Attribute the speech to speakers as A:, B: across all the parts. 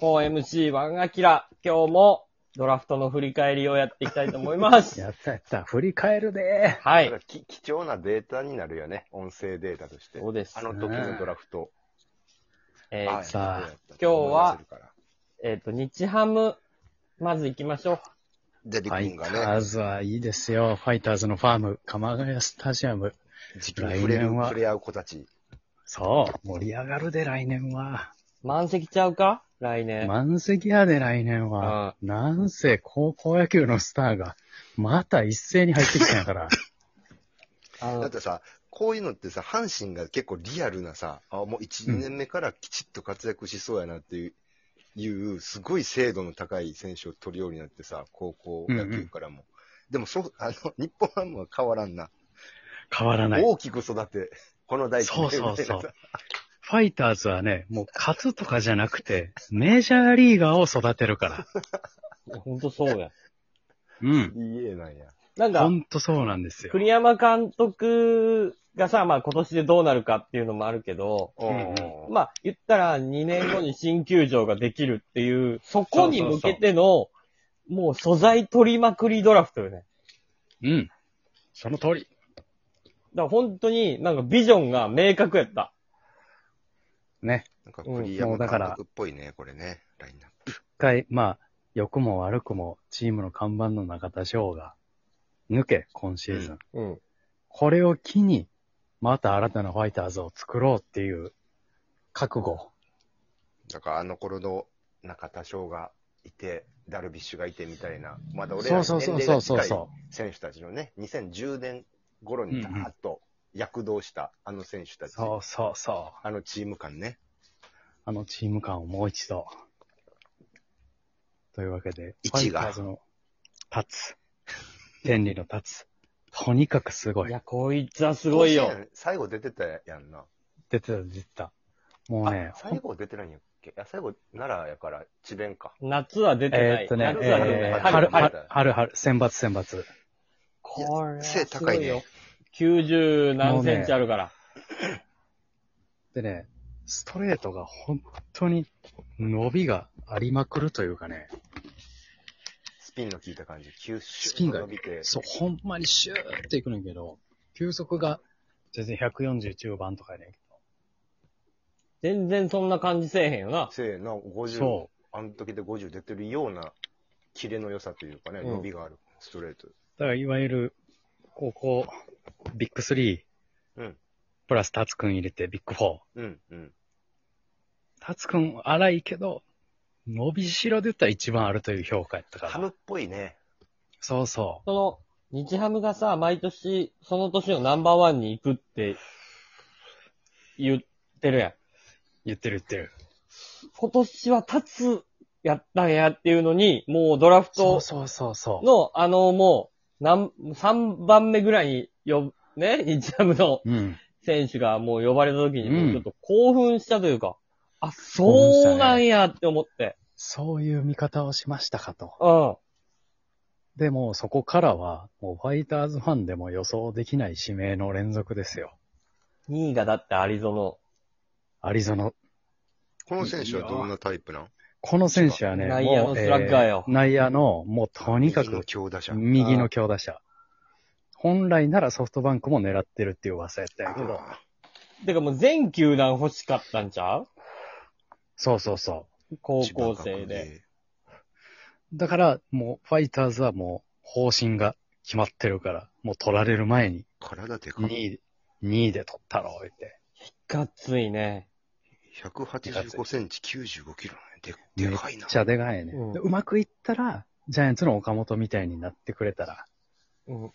A: 4MC1 アキラ。今日もドラフトの振り返りをやっていきたいと思います。
B: やったやった。振り返るで
A: は
C: だ
A: い
C: か。らき貴重なデータになるよね。音声データとして。
A: そうです
C: あ。の時のドラフト。
A: え
C: あ
A: ー
C: あ
B: さあ
C: そうだった思い出せるから
A: えっと、日ハム、まず行きましょう。
C: デリ
B: ファ
C: 君
B: イタ
C: が
B: ー
C: ね、
B: ズはいいですよ。ファイターズのファーム、鎌ヶ谷スタジアム。
C: 時期に触れ
B: 来
C: る、
B: 年は
C: 触れ合う子たち。
B: そう、盛り上がるで来年は。
A: 満席ちゃうか来年。
B: 満席やで来年は。なんせ高校野球のスターが、また一斉に入ってきたんや から。
A: あ
C: だっ
A: の、
C: てさ、こういうのってさ、阪神が結構リアルなさ、あもう1、
B: うん
C: 2年目からきちっと活躍しそうやなっていう、いう、すごい精度の高い選手を取るようになってさ、高校野球からも。でもそう、あの、日本ハムは変わらんな。
B: 変わらない。
C: 大きく育て、この大地
B: そうそう
C: みた
B: そ
C: いう なさ。
B: ファイターズはね、もう勝つとかじゃなくて、メジャーリーガーを育てる から。
A: ほんとそうや。
B: うん。
C: DA なんや。
A: なん
B: ほ
A: か、
B: んとそうなんですよ。
A: 栗山監督がさ、まあ今年でどうなるかっていうのもあるけど、
C: うんうんうん
A: まあ言ったら2年後に新球場ができるっていう、そこに向けての、もう素材取りまくりドラフトよね。
B: うん。その通り。
A: だから本当になんかビジョンが明確やった。
B: ね。
C: なんか栗山監督っぽいね、これね、ラインナップ。
B: 一回、まあ、良くも悪くも、チームの看板の中田翔が、抜け、今シーズン。
A: うん。
B: これを機に、また新たなファイターズを作ろうっていう、覚悟。
C: だからあの頃の中田翔がいて、ダルビッシュがいてみたいな、まだ俺ら
B: そう
C: の
B: そう
C: 年
B: そう
C: 齢
B: そ
C: が
B: うそう
C: 近
B: そ
C: い選手たちのね、2010年頃にダーッと躍動したあの選手た
B: う。
C: ち、
B: そうそうそう。
C: あのチーム感ね、
B: あのチーム感をもう一度。というわけで、ファ
C: 一
B: イ
C: 位が
B: ターズの、立つ。天理の立つ。とにかくすご
A: い
B: い。
A: や、こいつはすごいよ
C: 甲子。園。最後出てたやんな。
B: 出てた、出てた。もうね
C: あ、最後出てないんやっけいや最後、奈良やから、智弁か。
A: 夏は出てない。
B: えーっとね、
A: 夏は出て
B: え
A: ない。
B: ー春、
A: 春、春。
B: 春、春、春、選抜、選抜。
A: これは
C: 背高いね。
A: 90何センチあるから。
B: でね、ストレートが本当に伸びがありまくるというかね、
C: スピンの効いた感じ、吸収
B: スピンが
C: 伸びて、
B: そう、ほんまにシューっていくねんけど、球速が全然140中盤とかやねんけ
A: 全然そんな感じせえへんよな。
C: せーの、
B: ど。
C: 50、
B: そ
C: あの時で50出てるような、キレの良さというかね、
A: うん
C: 伸びがある、ストレート。
B: う。だからいわゆる、高校、ビッグ3、
C: うん
B: プラスタツくん入れてビッグ4。
C: うん、うん。
B: タツくん荒いけど、伸びしろで言ったら一番あるという評価やったか
C: ハ
B: ら。
C: ムっぽいね。
B: そうそ
A: その、日ハムがさ、毎年、その年のナンバーワンに行くって、言ってるやん。
B: う。言ってる言ってる。
A: 今年は立つ、やったんやっていうのに、もうドラフ
B: そ
A: ト
B: うそうそうそう。
A: の、あの、もう、なん、3番目ぐらいに呼ぶ、ね、日ハムの
B: うん。
A: 選手がもう呼ばれた時に、
B: う
A: もう
B: ん
A: ちょっと興奮したというか、あ、
B: 奮したね
A: そうなんやって思って。
B: そういう見方をしましたかと。
A: うん。
B: でも、そこからは、もうファイターズファンでも予想できない指名の連続ですよ。
A: 2位がだってアリゾノ。
B: アリゾナ。
C: この選手はどんなタイプなん
B: この選手はね、
A: 内野の
B: もう
A: スラッガーよ
B: え内野の、もうとにか
C: 右の
B: く
C: 強打者。
B: 右の強打者。本来ならソフトバンクも狙ってるっていう噂やったんやけど。
A: てかもう全球団欲しかったんちゃう
B: そうそうそ
A: 高校生で。。
B: う。だから、もうファイターズはもう方針が決まってるから、もう取られる前に
C: 体でか
B: 2
C: い。
B: 位、2位で取ったろ、言って。
A: がっついね。
C: 185センチ、95キロね。
B: め
C: で、
B: っ
C: でかいな。
B: ちゃでかいね。
A: うん
B: でうまくいったら、ジャイアンツの岡本みたいになってくれたら、
A: うん。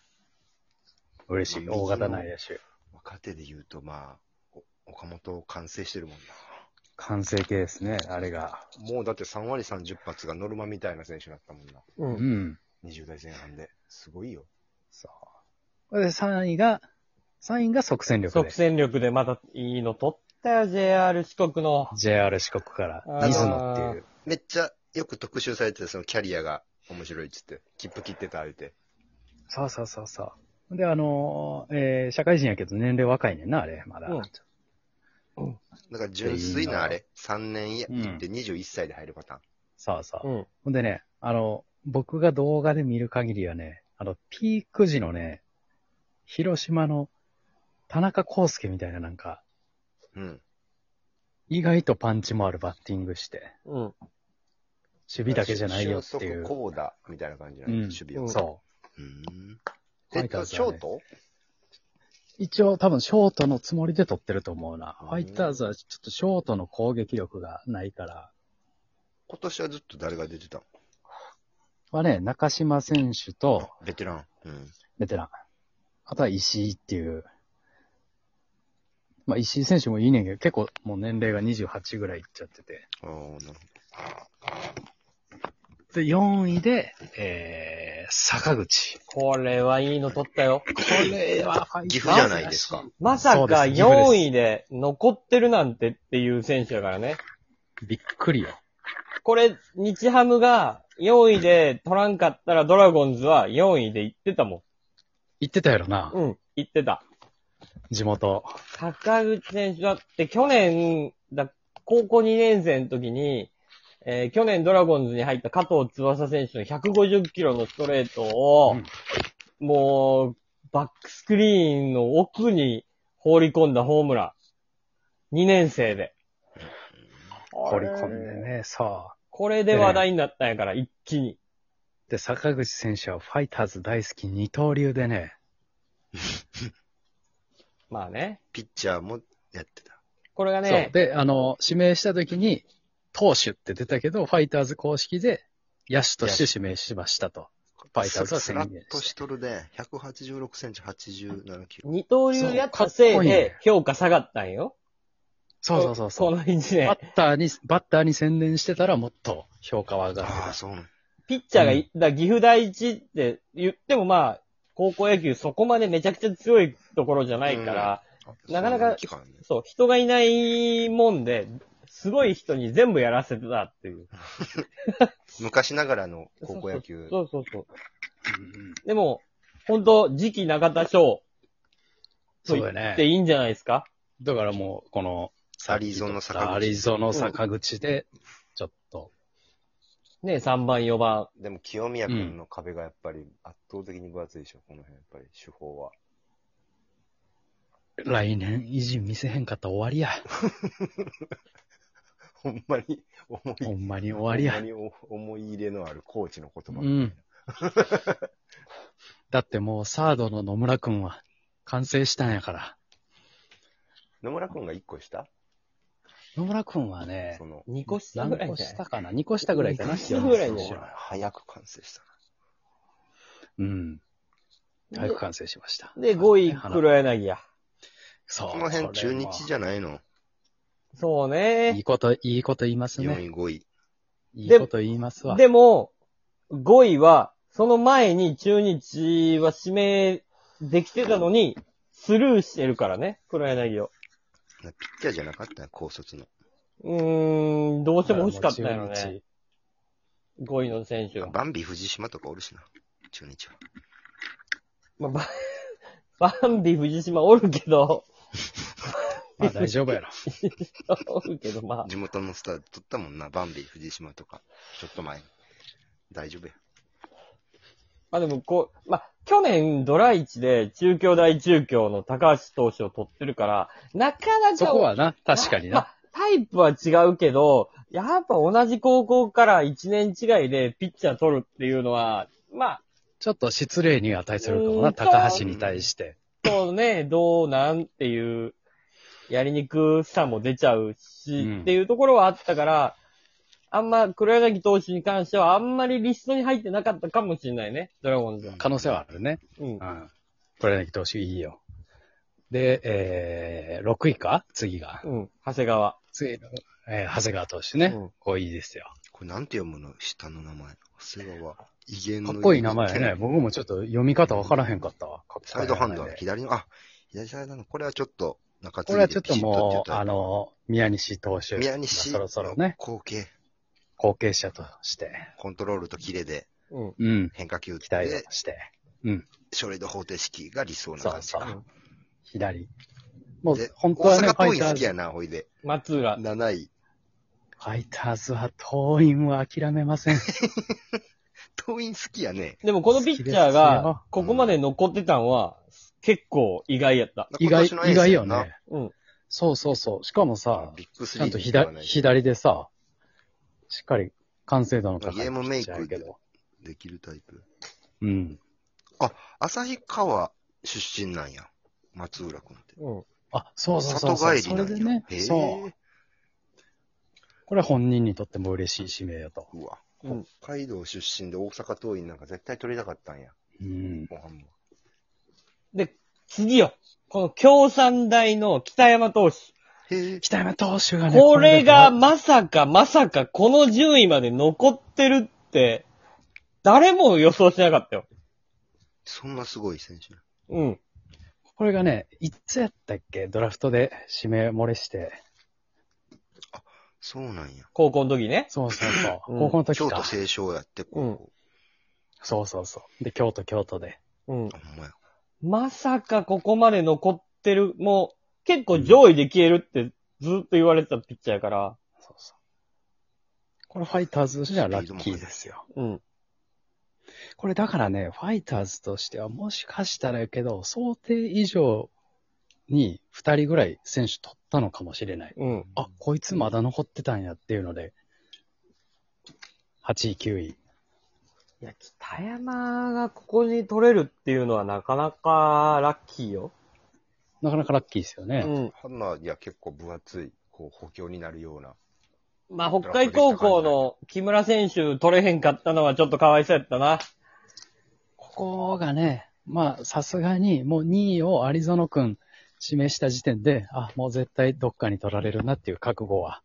B: 嬉しい。大型内野手。
C: 若手で言うと、まあ、お岡本完成してるもん
B: 完成形ですね、あれが。
C: な。もうだって3割30発がノルマみたいな選手だったもんな。
A: う。
B: うんん。
C: 20代前半で。すごいよ。
B: そう。これで3位が、3位が即戦力
A: 即
B: で。
A: 戦力でまたいいの取ったよ、JR 四国の。
B: JR 四国から
A: あ、ー
B: 水野っていう。
C: めっちゃよく特集されてた、そのキャリアが面白いっつって。切符切ってた、あえて。
B: そうそうそうそう。で、あのーえー社会人やけど年齢若いねんな、あれ、まだ。
A: うん
C: だから純粋なあ
B: い
C: れ、3年い
B: うん
C: 行って21歳で入るパタ
B: そうそう。
A: うん。
B: ほんでね、あの、僕が動画で見る限りはね、あの、ピーク時のね、広島の田中康介みたいななんか、
C: ーン。うん。
B: 意外とパンチもあるバッティングして、
A: うん。
B: 守備だけじゃないよってい
C: 俊
B: う
C: 足。コーダみたいな感じな
B: うんん
C: 守備を。。
B: そう
C: ん。
B: フ
C: え
B: ァ
C: っ
B: イター
C: と、
B: ズ
C: シ
B: は
C: ョ
B: ね
C: ー
B: う。
C: ト
B: 一応多分ショートのつもりで取ってると思うな。
C: う
B: フ
C: ん
B: ァイターズはちょっとショートの攻撃力がないから。
C: 今年はずっと誰が出てたの
B: はね、中島選手と
C: ベテラン。うん。
B: ベテラン。あとは石井っていう。まあ石井選手もいいねんけど、結構もう年齢が28ぐらいいっちゃってて。
C: ああ、なるほど。
B: で、4位で、えー、坂口。
A: これはいいの取ったよ。
B: これはファイターズらし
C: 岐阜じゃないですか。
A: まさ
B: そう
A: か
B: です岐阜
A: 4
B: です
A: 位で残ってるなんてっていう選手だからね。
B: びっくりよ。
A: これ、日ハムが4位で取らんかったらドラゴンズは4位で行ってたも
B: 言ってたやろな、
A: ん。うん、行ってた。
B: 地元。
A: 坂口選手だって去年、だ高校2年生の時に、えー去年ドラゴンズに入った加藤翼選手の150キロのストレートを、もう、バックスクリーンの奥に放り込んだホームラン。2年生で。
B: 掘り込んでね、さあ。
A: これで話題になったんやから、一気に。
B: で、坂口選手はファイターズ大好き二刀流でね、
A: まあね。
C: ピッチャーもやってた。
A: これが
B: そう
A: ね。、
B: で、あの、指名した時に、投手って出たけど、ファイターズ公式で、野手として指名しましたと。ファイターズは
C: ス
B: 宣
C: ラ
B: 言
C: ッとしとるで、186センチ、87キロ。
A: 二刀流やったせ
B: そうかっこ
A: い
B: いい
A: で
B: ね
A: 評価下がったんよ。
B: そうそうそうそう。
A: この一年
B: バ。ッターに、バッターに専念してたらもっと評価は上がって
C: ああ、
B: た。
C: そうなん。
A: ピッチャーがい、だから岐阜第一って言ってもまあ、高校野球そこまでめちゃくちゃ強いところじゃないから、なかなか
C: 期間ね。
A: そう、人がいないもんで、すごい人に全部やらせてたっていう。
C: 昔ながらの高校野球。
A: そうそうそう。
B: うんうん
A: でも、本当次期中田翔と
B: そう
A: 言
B: だよね
A: っていいんじゃないですか
B: だからもう、この、
C: アリゾナの坂口
B: アリゾナの坂口で、ちょっと、
A: ね3番、4番。
C: でも清宮君の壁がやっぱり圧倒的に分厚いでしょ、この辺、やっぱり手法は。
B: 来年維持見せへんかったら終わ りや。
C: ほんまに思い、
B: ほんまに終わり
C: ほん
B: や
C: ま。にお思い入れのあるコーチの言葉。
B: うん。 だってもう、サードの野村くんは、完成したんやから。
C: 野村君が1個下
B: 野村くんはね
C: そ、の、
A: 2個下
B: 何
A: ぐらい
B: 個
A: じゃない
B: 下かな ?2 個下ぐらいかな
A: 二個下ぐらい
C: そう
A: じ
C: だ
A: ゃ
C: ね早く完成したな。
B: うん。早く完成しました。
A: で、5位、
B: 花
A: 黒柳や。
B: そう。
C: この辺中日じ
B: ゃ
C: ゃないの
A: そう
B: い
A: ね
B: い。こと、いいこと言いますね。
C: ?4 位、5位。
B: いいこと言いますわ。
A: でも、5位は、その前に中日は指名できてたのに、スルーしてるからね、黒柳を。
C: ピッチャーじゃなかったよ、高卒の。
A: うーん、どうしても欲しかったよ
B: もう中
A: ね。
B: 日。
A: 5位の選手が。
C: バンビ、藤島とかおるしな、中日は。
A: まあバ バンビ、藤島おるけど、
B: まあ大丈夫やろ。
A: おるけど、まあ、
C: 地元のスター取ったもんな、バンビ、藤島とか、ちょっと前に。大丈夫や。
A: まあでもこう、まあ、去年ドラ1で中京大中京の高橋投手を取ってるから、なかなか
B: そこはな、確かに
A: ま
B: な。
A: あ、タイプは違うけど、やっぱ同じ高校から1年違いでピッチャー取るっていうのは、まあ、
B: ちょっと失礼に値するかも
A: うん
B: な、高橋に対して。
A: そうね、どうなんっていう、やりにくさも出ちゃうし、
B: うん
A: っていうところはあったから、あんま、黒柳投手に関してはあんまりリストに入ってなかったかもしれないね、ドラゴンズは。
B: 可能性はあるね。
A: うん
B: う。ん。黒柳投手いいよ。で、えー、6位か次が。
A: うん、長谷川。
B: 次の、えー、長谷川投手ね。
A: うん
B: こういいですよ。
C: これなんて読むの下の名前。長谷川。威厳の
B: か
C: 威
B: っこいい名前やね。。僕もちょっと読み方わからへんかったわ。かっこいい
C: サイドハンド
B: 名前
C: は
B: で
C: 左の、あ、左サイドの、これはちょっと、中継
B: こ
C: ぎ
B: れ
C: で
B: は
C: ピ
B: ち
C: シ
B: ょ
C: ッ
B: っとも
C: とって言った
B: う、あ
C: ら、
B: の、宮西投手。
C: 宮西、
B: そろそろね、
C: 後継、
B: 後継者として、
C: コントロールとキレで
A: うん。
B: うん、
C: 変化球
B: 期待
C: で
B: を、して、
C: 書類と方程式が理想な
B: そ
C: 感
B: う
C: じ
B: そ
C: かな。
B: う。左。もう
C: で、
B: 本当
C: 大
B: はね、フ
C: 阪
B: ァ
C: 桐
B: イ
C: 蔭
B: タ
C: 好
B: ー
C: き
B: ズ、
C: やな、ほいで。
A: 松浦。
C: 7位。
B: ファイターズは桐蔭は諦めません。
C: 桐蔭好きやね。
A: でもこのピッチャー
B: 好きです
A: が
B: よ、
A: ここまで残ってたんは、結構意外やった。
B: 意外、
C: 今年のエース
B: 意外よ
C: や
B: ね。
A: うん。
B: そうそうそう。しかも
C: な。
B: さ、
C: ビッグス
B: ち
C: リ
B: ゃ
C: ー
B: んと
C: に行か
B: 左
C: ない
B: 左でさ、しっかり完成度の高い
C: ゲームメ
B: ピッ
C: イク
B: チャーやけど。
C: できるタイプ。
B: うん。
C: 旭川出身なんや。松浦君って。
A: うん。
B: あ、そうそうそうそう。
C: 里帰り
B: そ
C: な
B: れ
C: んや。
B: でね
C: へ、
B: そう。
C: え。
B: これ本人にとっても嬉しい指名やと。
C: うわ。
A: うん
C: 北海道出身で大阪桐蔭なんか絶対取りたかったんや。
B: うん。
C: 後半も。
A: 次よ。この共産大の北山投手。
C: へえ。
B: 北山投手がね、
A: これが
B: こ
A: まさかまさかこの順位まで残ってるって、誰も予想しなかったよ。
C: そんなすごい選手なん。
A: うん。
B: これがね、いつやったっけドラフトで指名漏れして。
C: そうなんや。
A: 高校の時ね。
B: そうそうそう。
A: うん
B: 高校の時
C: 京都
B: か。
C: 清少やって、こ
B: そうそうそう。で、京都、京都で。
A: うん
C: う。。あ、ほんまや。
A: まさかここまで残ってる、もう結構上位で消えるってずっと言われてたピッチャーやから。
B: そうそう。これファイターズとしてはラッキーですよ。
A: うん。
B: これだからね、ファイターズとしてはもしかしたらやけど、想定以上に2人ぐらい選手取ったのかもしれない。
A: うん。
B: あ、こいつまだ残ってたんやっていうので、8位、9位。
A: いや、北山がここに取れるっていうのはなかなかラッキーよ。
B: なかなかラッキーですよ
A: う
B: ね。
A: ん。
C: 花、いや、結構分厚い、こう、補強になるような。
A: まあ、北海高校の木村選手取れへんかったのはちょっとかわいそうやったな。
B: ここがね、まあ、さすがに、もう2位をアリゾノ君指名した時点で、あ、もう絶対どっかに取られるなっていう覚悟は